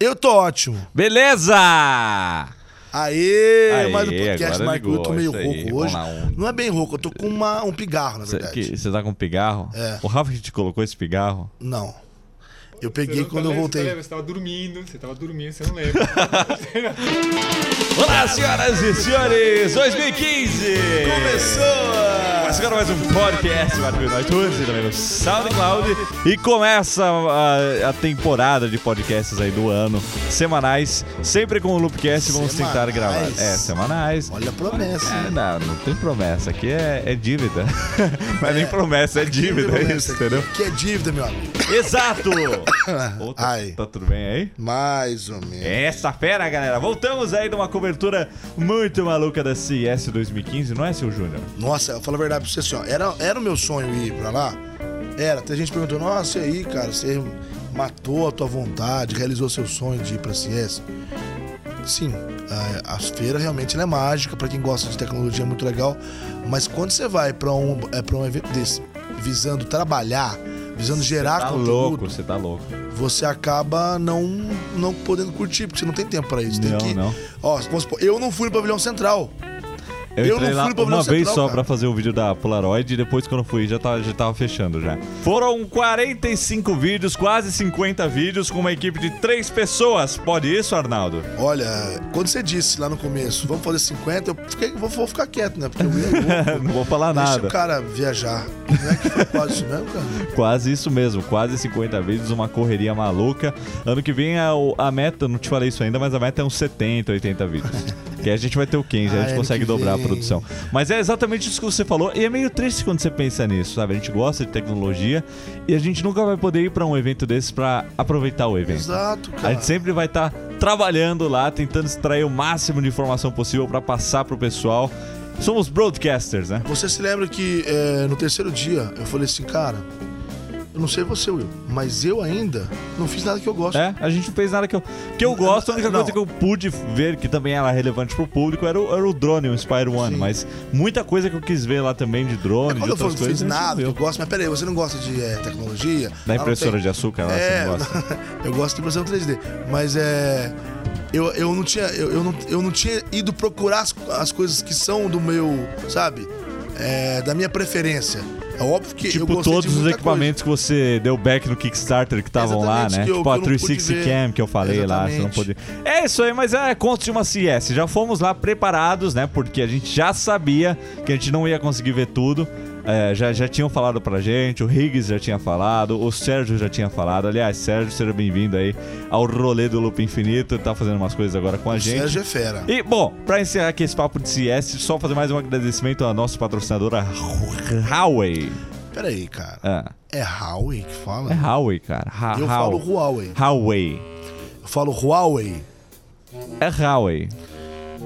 Eu tô ótimo. Beleza! Aê, Aê, mais um podcast do agora Mike Will. ligou, Tô meio isso aí, rouco vamos hoje. lá, um- Não é bem rouco, eu tô com uma- um pigarro, na verdade. Você tá com pigarro? É. O Rafa que te colocou esse pigarro? Não. Eu Você peguei não tá quando eu lembra, Você, voltei. lembra, você tava dormindo, você tava dormindo, você não lembra. Olá, senhoras e senhores! 2015! Começou! Começando mais um podcast lá no meu iTunes e também no SoundCloud. E começa a, a temporada de podcasts aí do ano, semanais, sempre com o Loopcast. Vamos tentar Semanais. gravar. É, semanais. Olha a promessa. né? É, hein? não, não tem promessa, aqui é, é dívida. Mas nem promessa, é dívida, é Promessa isso, aqui, entendeu? Que é dívida, meu amigo. Exato! Ô, tá, Ai. tá tudo bem aí? Mais ou menos. É Essa fera, galera! Voltamos aí de uma cobertura muito maluca da CES 2015, não é, seu Júnior? Nossa, eu falo a verdade pra você assim, ó. Era, era o meu sonho ir pra lá? Era. Tem gente que perguntou, nossa, e aí, cara, você matou a tua vontade, realizou seu sonho de ir pra CS? Sim, a, a feira realmente ela é mágica, pra quem gosta de tecnologia é muito legal, mas quando você vai pra um, é, pra um evento desse, visando trabalhar, visando gerar Tá conteúdo, louco, você tá louco. você acaba não, não podendo curtir, porque você não tem tempo pra isso. Tem Não, que. não. Ó, vamos supor, eu não fui no pavilhão central. Eu, Eu entrei não lá fui pro Pavilhão uma vez Central, só cara. pra fazer o vídeo da Polaroid e depois quando eu fui já tava, já tava fechando já. Foram 45 vídeos, quase 50 vídeos com uma equipe de 3 pessoas. Pode isso, Arnaldo? Olha, quando você disse lá no começo, vamos fazer 50, eu fiquei, vou, vou ficar quieto, né? Porque eu ia louco. não vou falar Deixa nada. o cara viajar. Não é que foi quase isso mesmo, cara? Quase isso mesmo, quase 50 vídeos, uma correria maluca. Ano que vem a, o- a meta, não te falei isso ainda, mas a meta é uns 70, 80 vídeos. Que aí a gente vai ter o 15, aí a Ah, gente ano consegue que dobrar vem. a produção. Mas é exatamente isso que você falou, e é meio triste quando você pensa nisso, sabe? A gente gosta de tecnologia e a gente nunca vai poder ir pra um evento desse pra aproveitar o evento. Exato, A cara. gente sempre vai estar trabalhando lá, tentando extrair o máximo de informação possível pra passar pro pessoal. Somos broadcasters, né? Você se lembra que é, no terceiro dia eu falei assim, cara, eu não sei você, Will, mas eu ainda não fiz nada que eu gosto. É, a gente não fez nada que eu. Que eu gosto, a única Não. coisa que eu pude ver, que também era relevante pro público, era o, era o drone, o Spyro One. Sim. Mas muita coisa que eu quis ver lá também de drone, de Quando eu falo outras que fiz coisas. a gente não nada que viu. eu gosto, mas peraí, você não gosta de é, tecnologia? Da Ah, não impressora tem- de açúcar lá, É, você não gosta. eu gosto de impressão 3D, mas é. Eu, eu não tinha. Eu, eu não, eu não tinha ido procurar as, as coisas que são do meu. Sabe? É, da minha preferência. É óbvio que eu Tipo, gostei todos de os muita equipamentos que você deu back no Kickstarter que estavam lá, Exatamente, né? que eu- tipo a que eu não pude 360 ver. Cam que eu falei lá, você não Exatamente. podia. É isso aí, mas é conto de uma CS. Já fomos lá preparados, né? Porque a gente já sabia que a gente não ia conseguir ver tudo. É, já, já tinham falado pra gente, o Higgs já tinha falado, o Sérgio já tinha falado. Aliás, Sérgio, seja bem-vindo aí ao rolê do Loop Infinito. Tá fazendo umas coisas agora com a coisa. gente. Sérgio é fera. E, bom, pra encerrar aqui esse papo de CS, só fazer mais um agradecimento à nossa patrocinadora Huawei. Peraí, cara. Ah. É Huawei que fala? É Huawei, cara. Ha eu Hau- falo Huawei. Huawei. Eu falo Huawei. É Huawei.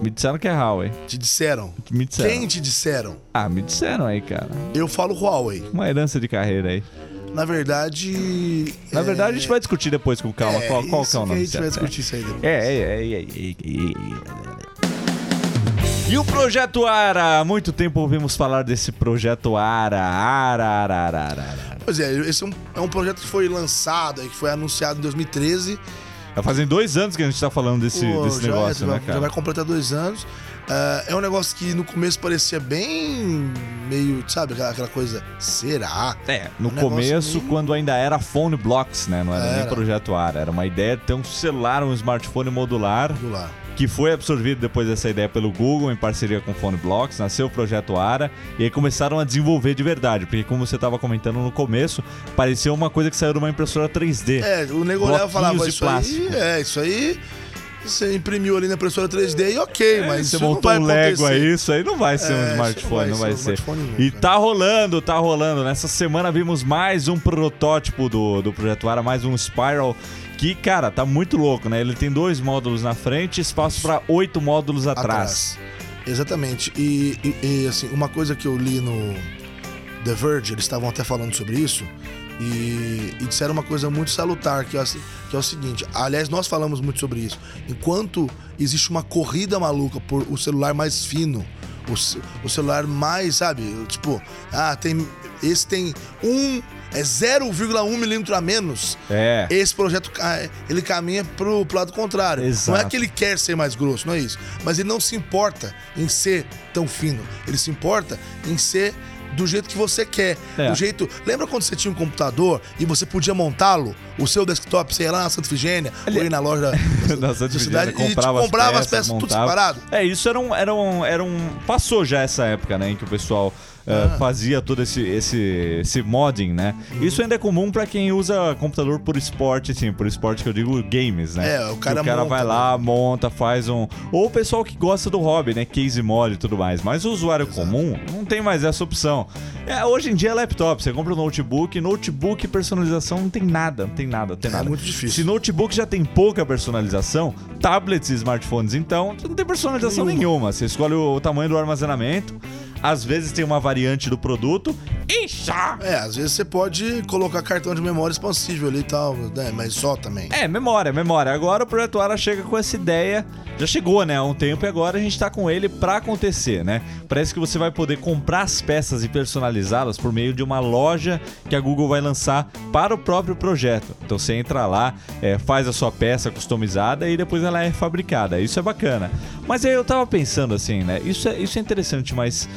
Me disseram que é Huawei. Te disseram. Me disseram. Quem te disseram? Ah, me disseram aí, cara. Eu falo Huawei. Uma herança de carreira aí. Na verdade. Na é- verdade, a gente vai discutir depois com calma é qual, qual que isso é o que A nome gente vai certo, discutir isso aí depois. É, é, é, é, é, é, é. E o Projeto Ara? Há muito tempo ouvimos falar desse Projeto Ara. Ara, Ara, Ara, Ara. Ara. Pois é, esse é um, é um projeto que foi lançado, aí, que foi anunciado em 2013. Já fazem dois anos que a gente tá falando desse, Pô, desse já, negócio, vai, né, já vai cara? completar dois anos. Ah, é um negócio que no começo parecia bem meio, sabe, aquela, aquela coisa, será? É, no Um negócio começo, meio- quando ainda era Phone Blocks, né? Não era, nem Era. projeto ARA. Era uma ideia de ter um celular, um smartphone modular, Vamos lá. que foi absorvido depois dessa ideia pelo Google, em parceria com o Phone Blocks. Nasceu o projeto ARA e aí começaram a desenvolver de verdade. Porque, como você estava comentando no começo, parecia uma coisa que saiu de uma impressora 3D. É, o nego olhava e falava, Bloquinhos de isso plástico. aí, é, isso aí, você imprimiu ali na impressora 3D e ok, mas você isso não montou vai um Lego acontecer. aí, isso aí não vai ser É, um isso smartphone, não vai, um ser. smartphone nunca. E tá rolando, tá rolando. Nessa semana vimos mais um protótipo do, do Projeto Ara, mais um Spiral. Que, cara, tá muito louco, né? Ele tem dois módulos na frente, espaço pra oito módulos atrás. Exatamente. E, e- e, assim, uma coisa que eu li no The Verge, eles estavam até falando sobre isso, e, e disseram uma coisa muito salutar, que é, assim- que é o seguinte. Aliás, nós falamos muito sobre isso. Enquanto existe uma corrida maluca por o celular mais fino, o, ce- o celular mais, sabe, tipo, ah, tem. Esse tem um é 0,1 milímetro a menos, É. esse projeto ca- ele caminha pro, pro lado contrário. Exato. Não é que ele quer ser mais grosso, não é isso. Mas ele não se importa em ser tão fino. Ele se importa em ser do jeito que você quer. É. Do jeito. Lembra quando você tinha um computador e você podia montá-lo, o seu desktop, sei lá, na Santa Figênia, ou aí na loja da- da Santa da Efigênia, cidade, e te comprava as peças tudo montava. separado? É, isso era um, era, um, era um. Passou já essa época, né? Em que o pessoal eh, Ah. fazia todo esse, esse, esse modding, né? Uhum. Isso ainda é comum pra quem usa computador por esporte, assim, por esporte que eu digo games, né? É, o Que cara O cara monta, vai lá, monta, faz um. Ou o pessoal que gosta do hobby, né? Case mod e tudo mais. Mas o usuário comum não tem mais essa opção. É, hoje em dia é laptop, você compra um notebook, notebook e personalização não tem nada, não tem nada, não tem É nada. muito difícil. Se notebook já tem pouca personalização, tablets e smartphones, então, não tem personalização nenhuma. Você escolhe o, o tamanho do armazenamento, às vezes tem uma variante do produto e já! É, às vezes você pode colocar cartão de memória expansível ali e tal, né? mas só também. É, memória, memória. Agora o Projeto Ara chega com essa ideia. Já chegou, né, há um tempo e agora a gente tá com ele pra acontecer, né? Parece que você vai poder comprar as peças e personalizá-las por meio de uma loja que a Google vai lançar para o próprio projeto. Então você entra lá, é, faz a sua peça customizada e depois ela é fabricada. Isso é bacana. Mas aí eu tava pensando assim, né? Isso é, isso é interessante, mas.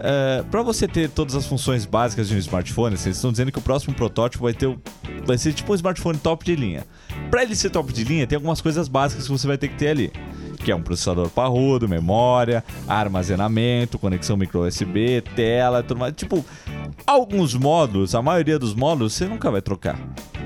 é, pra você ter todas as funções básicas de um smartphone, vocês estão dizendo que o próximo protótipo vai ter o- vai ser tipo um smartphone top de linha. Pra ele ser top de linha, tem algumas coisas básicas que você vai ter que ter ali. Que é um processador parrudo, memória, armazenamento, conexão micro USB, tela, e tudo mais. Tipo, alguns módulos, a maioria dos módulos, você nunca vai trocar.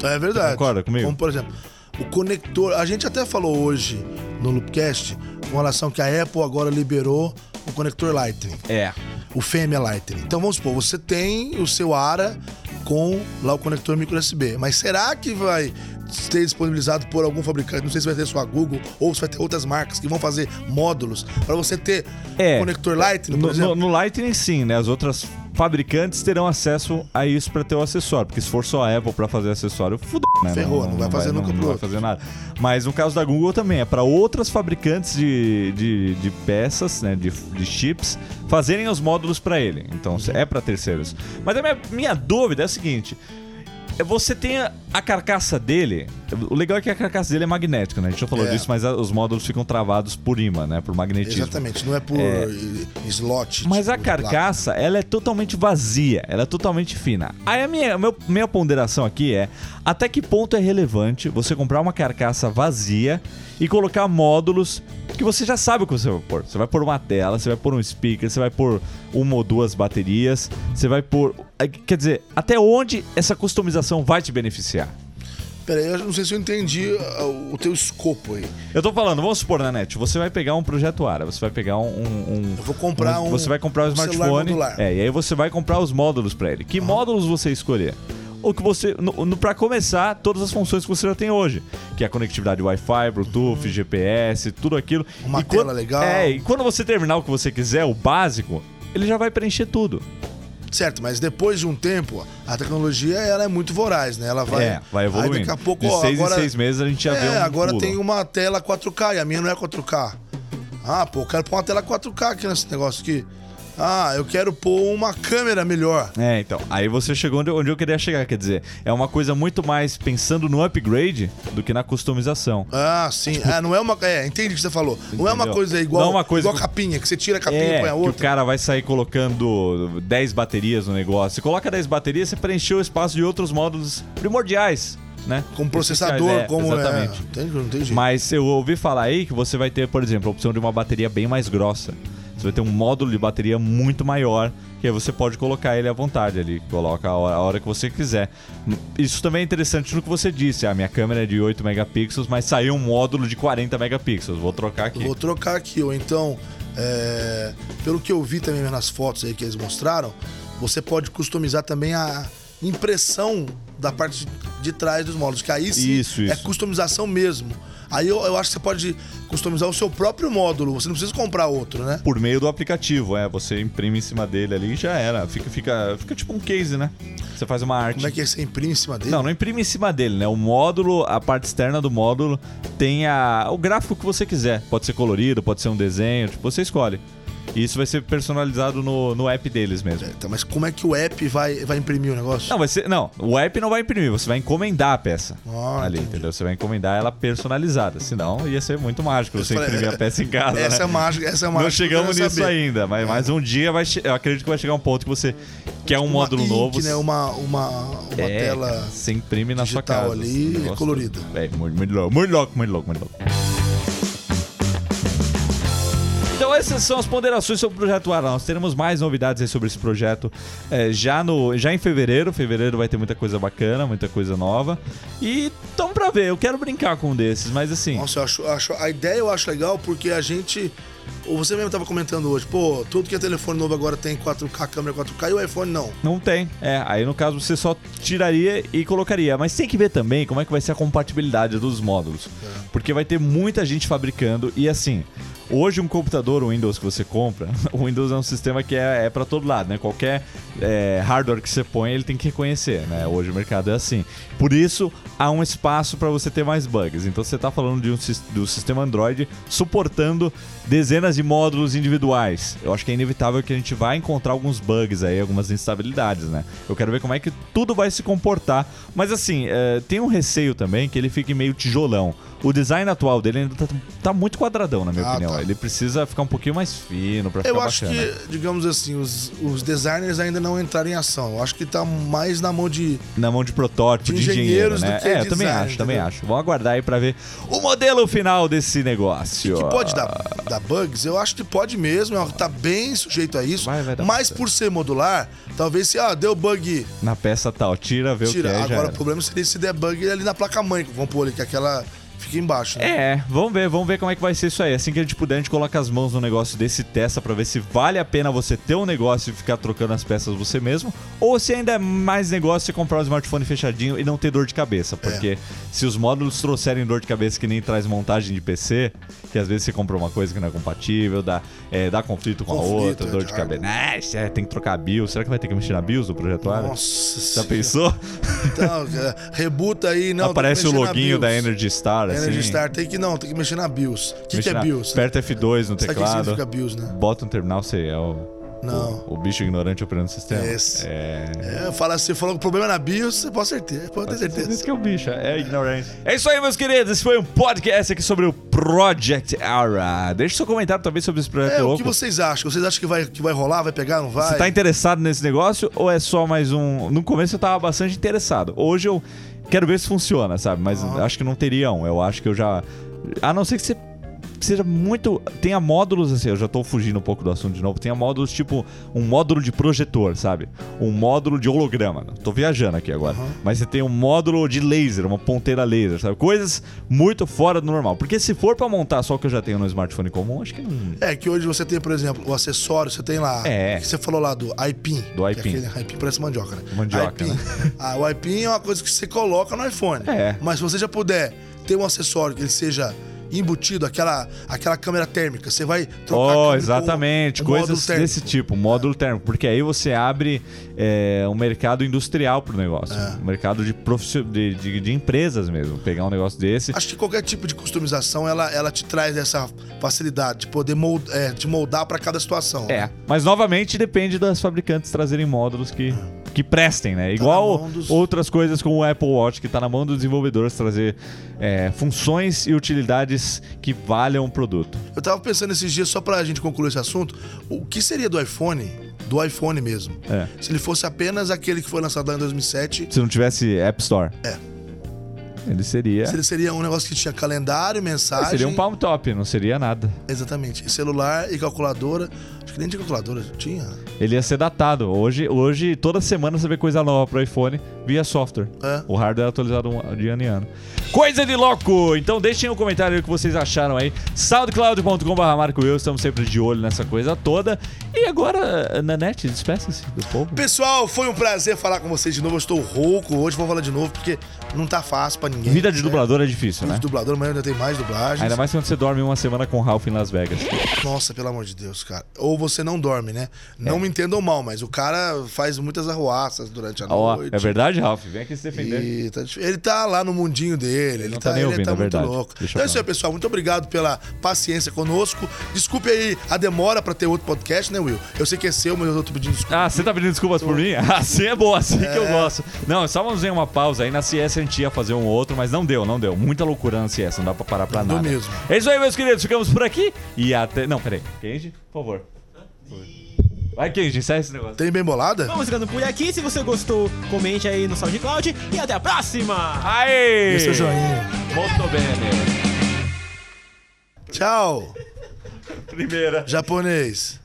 É verdade. Concorda comigo? Como, por exemplo, o conector. A gente até falou hoje no Loopcast com relação que a Apple agora liberou o conector Lightning, É. o Fêmea Lightning. Então vamos supor, você tem o seu ARA com lá o conector micro USB. Mas será que vai ser disponibilizado por algum fabricante? Não sei se vai ter só a Google ou se vai ter outras marcas que vão fazer módulos para você ter É. conector Lightning, por No, exemplo. no- no Lightning, sim, né? As outras fabricantes terão acesso a isso pra ter o acessório. Porque se for só a Apple pra fazer acessório, fudeu, né? Ferrou, não vai fazer nunca não, pro vai outro. fazer nada. Mas no caso da Google também, é pra outras fabricantes de, de, de peças, né? De, de chips, fazerem os módulos pra ele. Então é pra terceiros. Mas a minha, minha dúvida é a seguinte. é, Você tem a, a carcaça dele. O legal é que a carcaça dele é magnética, né? A gente já falou É. disso, mas a- os módulos ficam travados por imã, né? Por magnetismo. Exatamente, não é por É. slot. Mas tipo, a lá. carcaça, ela é totalmente vazia, ela é totalmente fina. Aí a minha, meu- minha ponderação aqui é: até que ponto é relevante você comprar uma carcaça vazia e colocar módulos que você já sabe o que você vai pôr? Você vai pôr uma tela, você vai pôr um speaker, você vai pôr uma ou duas baterias, você vai pôr. eh, Quer dizer, até onde essa customização vai te beneficiar? Peraí, eu não sei se eu entendi ah, o teu escopo aí. Eu tô falando, vamos supor, na net, você vai pegar um projeto Ara, você vai pegar um. um- um- Eu vou comprar um- Você vai comprar um um celular smartphone. modular. É, e aí você vai comprar os módulos pra ele. Que módulos você escolher? O que você. No, no, pra começar, todas as funções que você já tem hoje. Que é a conectividade Wi-Fi, Bluetooth, GPS, tudo aquilo. Uhum. Uma E quan- tela legal. É, e quando você terminar o que você quiser, o básico, ele já vai preencher tudo. Certo, mas depois de um tempo, a tecnologia ela é muito voraz, né? Ela vai, é, vai evoluindo. Aí daqui a pouco, De ó, seis agora, em seis meses a gente já vê um é, agora pulo. tem uma tela 4K e a minha não é 4K. Ah, pô, eu quero pôr uma tela 4K aqui nesse negócio aqui. Ah, eu quero pôr uma câmera melhor. É, então. Aí você chegou onde, onde eu queria chegar, quer dizer, é uma coisa muito mais pensando no upgrade do que na customização. Ah, sim. Ah, não é uma. É, entendi o que você falou. Não é uma Entendeu? coisa igual, Não é uma coisa igual que- a capinha, que você tira a capinha e É, põe a que o outra. cara vai sair colocando 10 baterias no negócio. Você coloca 10 baterias, você preencheu o espaço de outros módulos primordiais, né? Como processador, Essenciais, é, como. Exatamente. É, entendi, não tem jeito. Mas eu ouvi falar aí que você vai ter, por exemplo, a opção de uma bateria bem mais grossa. Você vai ter um módulo de bateria muito maior, que aí você pode colocar ele à vontade ali. Coloca a hora, a hora que você quiser. Isso também é interessante no que você disse. A minha câmera é de 8 megapixels, mas saiu um módulo de 40 megapixels. Vou trocar aqui. Vou trocar aqui, ou então, é, pelo que eu vi também nas fotos aí que eles mostraram, você pode customizar também a impressão da parte de trás dos módulos, que aí sim Isso, é isso. customização mesmo. Aí eu, eu acho que você pode customizar o seu próprio módulo, você não precisa comprar outro, né? Por meio do aplicativo, é. Você imprime em cima dele ali e já era. Fica, fica, fica tipo um case, né? Você faz uma arte. Como é que é você imprime em cima dele? Não, não imprime em cima dele, né? O módulo, a parte externa do módulo tem a, o gráfico que você quiser. Pode ser colorido, pode ser um desenho, tipo, você escolhe. E isso vai ser personalizado no, no app deles mesmo. Então, mas como é que o app vai, vai imprimir o negócio? Não, vai ser, não, o app não vai imprimir, você vai encomendar a peça. Ah, ali, entendi. entendeu? Você vai encomendar ela personalizada. Senão ia ser muito mágico Eu você falei, imprimir é, a peça em casa. né? Essa é mágica, essa é mágica. Não chegamos eu quero nisso saber. ainda, mas, mas um dia vai che- eu acredito que vai chegar um ponto que você quer um Uma módulo ink, novo. Né? Uma, uma, uma é, cara, tela. você imprime na sua digital casa. ali, esse negócio. colorida. É, muito, muito louco, muito louco, muito louco, muito louco. Então essas são as ponderações sobre o projeto Ara. Nós teremos mais novidades aí sobre esse projeto é, já, no, já em fevereiro. Fevereiro vai ter muita coisa bacana, muita coisa nova. E tamo pra ver, eu quero brincar com um desses, mas assim. Nossa, eu acho, acho- a ideia eu acho legal porque a gente. Ou você mesmo tava comentando hoje, pô, tudo que é telefone novo agora tem 4K, câmera 4K e o iPhone não. Não tem. É, aí no caso você só tiraria e colocaria. Mas tem que ver também como é que vai ser a compatibilidade dos módulos. Porque vai ter muita gente fabricando e assim. Hoje um computador Windows que você compra, o Windows é um sistema que é, é para todo lado, né? Qualquer é, hardware que você põe, ele tem que reconhecer, né? Hoje o mercado é assim. Por isso há um espaço para você ter mais bugs. Então você tá falando de um sis- do sistema Android suportando dezenas de módulos individuais. Eu acho que é inevitável que a gente vai encontrar alguns bugs aí, algumas instabilidades, né? Eu quero ver como é que tudo vai se comportar. Mas assim, eh, tem um receio também que ele fique meio tijolão. O design atual dele ainda tá, tá muito quadradão, na minha Ah, opinião. tá. Ele precisa ficar um pouquinho mais fino pra ficar Eu acho Tá bacana. que, digamos assim, os, os designers ainda não entraram em ação. Eu acho que tá mais na mão de. na mão de protótipo, De de, engenheiros engenheiro, né? do que é, eu design, também acho, também entendeu? acho. Vamos aguardar aí pra ver o modelo final desse negócio. Que pode dar, dar bugs? Eu acho que pode mesmo, ela tá bem sujeito a isso. Vai, vai dar mas certo. por ser modular, talvez se, ah, deu bug, Na peça tal, tira, vê tira. o que é, já Agora o era. problema seria se der bug ali na placa-mãe, que vão pôr ali, que é aquela fica embaixo. né? É, vamos ver, vamos ver como é que vai ser isso aí. Assim que a gente puder, a gente coloca as mãos no negócio desse testa pra ver se vale a pena você ter um negócio e ficar trocando as peças você mesmo, ou se ainda é mais negócio você comprar um smartphone fechadinho e não ter dor de É. cabeça, porque se os módulos trouxerem dor de cabeça que nem traz montagem de PC, que às vezes você compra uma coisa que não é compatível, dá, é, dá conflito com Conflito, a outra, é, dor de claro. cabeça. Nossa, é, tem que trocar a BIOS. Será que vai ter que mexer na BIOS do projeto Ara? Nossa Já Senhora. pensou? Então, cara, rebuta aí, não. tem que Aparece o mexer na loginho da BIOS. Energy Star, assim. Energy Star, tem que não, tem que mexer na BIOS. O que, Mexer que é na- BIOS? Aperta F2 no Sabe o que teclado. significa BIOS, né? Bota um terminal, você é o, Não. o bicho ignorante operando o sistema. Esse. É. É, fala assim, falou que o problema é na BIOS, você pode, certeza, pode ter certeza. Esse que é o bicho, é ignorante. É isso aí, meus queridos. Esse foi um podcast aqui sobre o Project Ara. Deixa seu comentário também sobre esse projeto É, o louco. que vocês acham? Vocês acham que vai, que vai rolar, vai pegar, não vai? Você tá interessado nesse negócio ou é só mais um. No começo eu tava bastante interessado. Hoje eu quero ver se funciona, sabe? Mas acho que não teria um. Eu acho que eu já. A não ser que você seja muito. Tenha módulos assim, eu já tô fugindo um pouco do assunto de novo. Tenha módulos tipo um módulo de projetor, sabe? Um módulo de holograma. Tô viajando aqui agora. Mas você tem um módulo de laser, uma ponteira laser, sabe? Coisas muito fora do normal. Porque se for pra montar só o que eu já tenho no smartphone comum, acho que não. É, que hoje você tem, por exemplo, o acessório, você tem lá. É. Que você falou lá do aipim. Do que é aipim. aquele aipim parece mandioca, né? Mandioca, Aipim. né? Ah, o aipim é uma coisa que você coloca no iPhone. É. Mas se você já puder ter um acessório que ele seja embutido, aquela, aquela câmera térmica, você vai trocar. a câmera Oh, com exatamente. um módulo Coisas térmico. desse tipo, módulo térmico. Porque aí você abre é, um mercado industrial pro negócio. É. Um mercado de, profissio- de, de- de empresas mesmo. Pegar um negócio desse. Acho que qualquer tipo de customização, ela, ela te traz essa facilidade de poder mold, é, de moldar pra cada situação. É. Mas novamente depende das fabricantes trazerem módulos que. Que prestem, né? Igual Tá mão dos- outras coisas como o Apple Watch, que tá na mão dos desenvolvedores trazer é, funções e utilidades que valham o produto. Eu tava pensando esses dias, só pra gente concluir esse assunto, o que seria do iPhone, do iPhone mesmo, É. se ele fosse apenas aquele que foi lançado lá em 2007, Se não tivesse App Store. É. Ele seria. se ele seria um negócio que tinha calendário, mensagem... É. Seria um palm top, não seria nada. Exatamente, e celular e calculadora, acho que nem tinha calculadora, tinha... Ele ia ser datado. Hoje, hoje toda semana você vê coisa nova pro iPhone via software. É. O hardware é atualizado um- de ano em ano. Coisa de louco! Então deixem o comentário aí o que vocês acharam aí. soundcloud.com.br Marco eu, estamos sempre de olho nessa coisa toda. E agora, Nanete, despeça-se do povo. Pessoal, foi um prazer falar com vocês de novo, eu estou rouco hoje, vou falar de novo, porque não tá fácil pra ninguém. Vida de né? dublador é difícil, Vida né? de dublador, amanhã ainda tem mais dublagens. Ainda mais quando você dorme uma semana com o Ralph em Las Vegas. Nossa, pelo amor de Deus, cara. Ou você não dorme, né? É. Não me entendam mal, mas o cara faz muitas arruaças durante a Ó, noite. é verdade, Ralph? Vem aqui se defender. E tá dif- ele tá lá no mundinho dele, ele, não tá, tá nem ele ouvindo, tá é muito verdade. louco. Deixa eu Então é isso aí, falar. pessoal. Muito obrigado pela paciência conosco. Desculpe aí a demora pra ter outro podcast, né, Will? Eu sei que é seu, mas eu tô pedindo desculpa. Ah, você tá pedindo desculpas por mim? Assim é boa, assim que eu gosto. Não, só vamos fazer uma pausa aí. Na CS a gente ia fazer um outro, mas não deu, não deu. Muita loucura na CS, não dá pra parar pra Não nada. mesmo. É isso aí, meus queridos. Ficamos por aqui e até. Não, peraí. Kenji, por favor. Vai, Kenji, encerra esse negócio. Tem bem bolada? Vamos ficando por aqui. Se você gostou, comente aí no SoundCloud. E até a próxima! Aê! Seu é joinha. Muito bem, Tchau, Primeira. japonês.